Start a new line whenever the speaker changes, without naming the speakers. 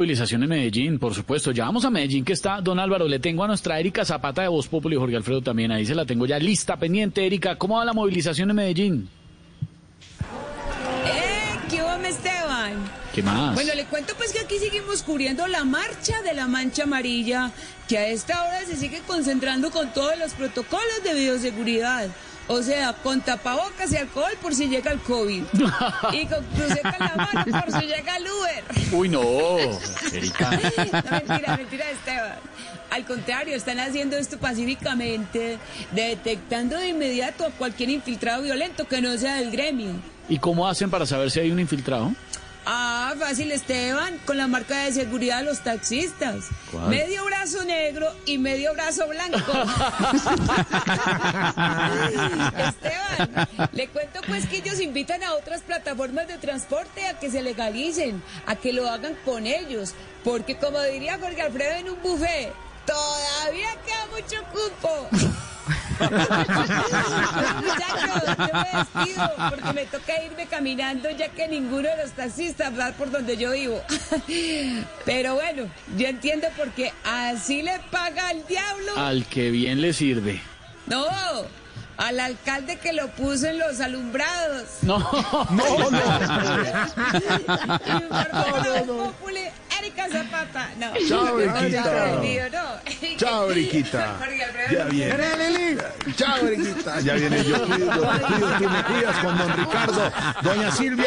Movilización en Medellín, por supuesto. Ya vamos a Medellín, que está don Álvaro. Le tengo a nuestra Erika Zapata de Voz Populi y Jorge Alfredo también. Ahí se la tengo ya lista, pendiente. Erika, ¿cómo va la movilización en Medellín?
¡Eh! ¿Qué onda, Esteban?
¿Qué más?
Bueno, le cuento pues que aquí seguimos cubriendo la marcha de la mancha amarilla, que a esta hora se sigue concentrando con todos los protocolos de bioseguridad. O sea, con tapabocas y alcohol por si llega el COVID. Y con cruceta en la mano por si llega el Uber.
Uy, no, Erika.
No, mentira, mentira, Esteban. Al contrario, están haciendo esto pacíficamente, detectando de inmediato a cualquier infiltrado violento que no sea del gremio.
¿Y cómo hacen para saber si hay un infiltrado?
Ah, fácil Esteban, con la marca de seguridad de los taxistas.
¿Cuál?
Medio brazo negro y medio brazo blanco. Esteban, le cuento pues que ellos invitan a otras plataformas de transporte a que se legalicen, a que lo hagan con ellos, porque como diría Jorge Alfredo en un buffet, todavía queda mucho cupo. Muchachos, yo me despido porque me toca irme caminando ya que ninguno de los taxistas va por donde yo vivo. Pero bueno, yo entiendo porque así le paga al diablo.
Al que bien le sirve.
No, al alcalde que lo puso en los alumbrados.
No,
No, no.
no, Erika Zapata. No. No,
Chao,
ya
Erika.
aprendido, no.
Chao, Eriquita.
Jorge Alfredo.
Ya viene. Chao, Eriquita. Ya viene. Yo cuido, yo cuido, tú me cuidas con don Ricardo. Doña Silvia.